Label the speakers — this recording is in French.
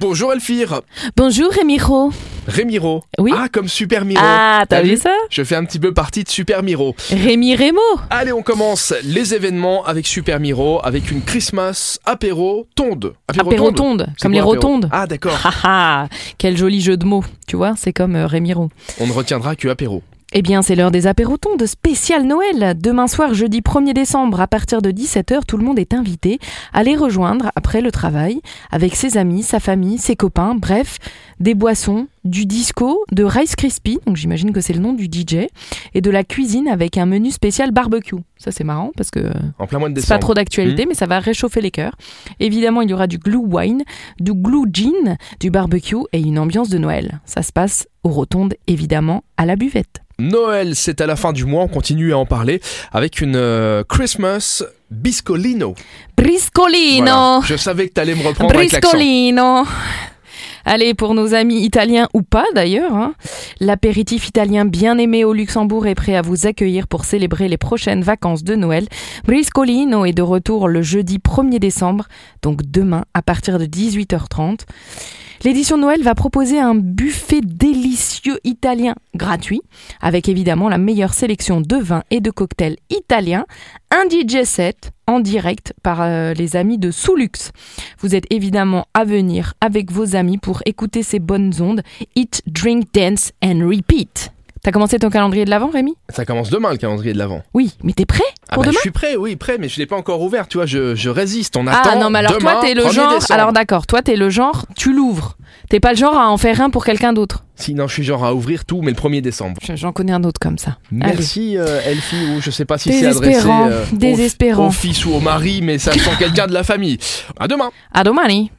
Speaker 1: Bonjour Elfire
Speaker 2: Bonjour Rémiro.
Speaker 1: Rémiro
Speaker 2: Oui.
Speaker 1: Ah, comme Super Miro
Speaker 2: Ah, t'as vu ça
Speaker 1: Je fais un petit peu partie de Super Miro.
Speaker 2: Rémi Ah, Rémo.
Speaker 1: Allez, on commence les événements avec Super Miro, avec une Christmas apéro tonde.
Speaker 2: Apéro
Speaker 1: tonde,
Speaker 2: tonde,
Speaker 1: c'est
Speaker 2: comme
Speaker 1: quoi,
Speaker 2: les
Speaker 1: apéro
Speaker 2: rotondes.
Speaker 1: Ah d'accord,
Speaker 2: Ah ah, quel joli jeu de mots, tu vois, c'est comme euh, Rémiro.
Speaker 1: on ne retiendra que apéro.
Speaker 2: Eh bien, c'est l'heure des apérotondes de spécial Noël. Demain soir, jeudi 1er décembre, à partir de 17h, tout le monde est invité à les rejoindre après le travail, avec ses amis, sa famille, ses copains, bref, des boissons, du disco, de Rice Krispie, donc j'imagine que c'est le nom du DJ, et de la cuisine avec un menu spécial barbecue. Ça, c'est marrant parce que euh,
Speaker 1: En plein mois de
Speaker 2: c'est pas
Speaker 1: décembre. Hmm.
Speaker 2: trop d'actualité, mais ça va réchauffer les cœurs. Évidemment, il y aura du glue wine, du glue gin, du barbecue et une ambiance de Noël. Ça se passe aux rotondes, évidemment, à la buvette.
Speaker 1: Noël, c'est à la fin du mois, on continue à en parler avec une euh, Christmas Biscolino. Voilà.
Speaker 2: Briscolino
Speaker 1: Je savais que t'allais me reprendre avec l'accent.
Speaker 2: Briscolino Allez, pour nos amis italiens ou pas d'ailleurs, hein, l'apéritif italien bien aimé au Luxembourg est prêt à vous accueillir pour célébrer les prochaines vacances de Noël. Briscolino est de retour le jeudi 1er décembre, donc demain à partir de 18h30. L'édition de Noël va proposer un buffet délicieux italien gratuit, avec évidemment la meilleure sélection de vins et de cocktails italiens, un DJ set en direct par euh, les amis de Soulux. Vous êtes évidemment à venir avec vos amis pour écouter ces bonnes ondes. Eat, drink, dance and repeat. T'as commencé ton calendrier de l'avant, Rémi
Speaker 1: Ça commence demain le calendrier de l'avant.
Speaker 2: Oui, mais t'es prêt
Speaker 1: Ah
Speaker 2: Pour
Speaker 1: bah,
Speaker 2: demain
Speaker 1: je suis prêt, oui, prêt, mais je l'ai pas encore ouvert, tu vois, je, je résiste, on
Speaker 2: Ah
Speaker 1: attend
Speaker 2: non, mais alors
Speaker 1: demain,
Speaker 2: toi, t'es le
Speaker 1: 1er
Speaker 2: genre.
Speaker 1: décembre.
Speaker 2: Alors d'accord, toi, t'es le genre, tu l'ouvres. T'es pas le genre à en faire un pour quelqu'un d'autre.
Speaker 1: Sinon, je suis genre à ouvrir tout, mais le 1er décembre.
Speaker 2: J'en connais un autre comme ça. Allez.
Speaker 1: Merci euh, Elfie, ou je sais pas si c'est adressé
Speaker 2: Désespérant,
Speaker 1: euh, au-
Speaker 2: désespérant.
Speaker 1: au fils ou au mari, mais ça sent quelqu'un de la famille. À demain
Speaker 2: A domani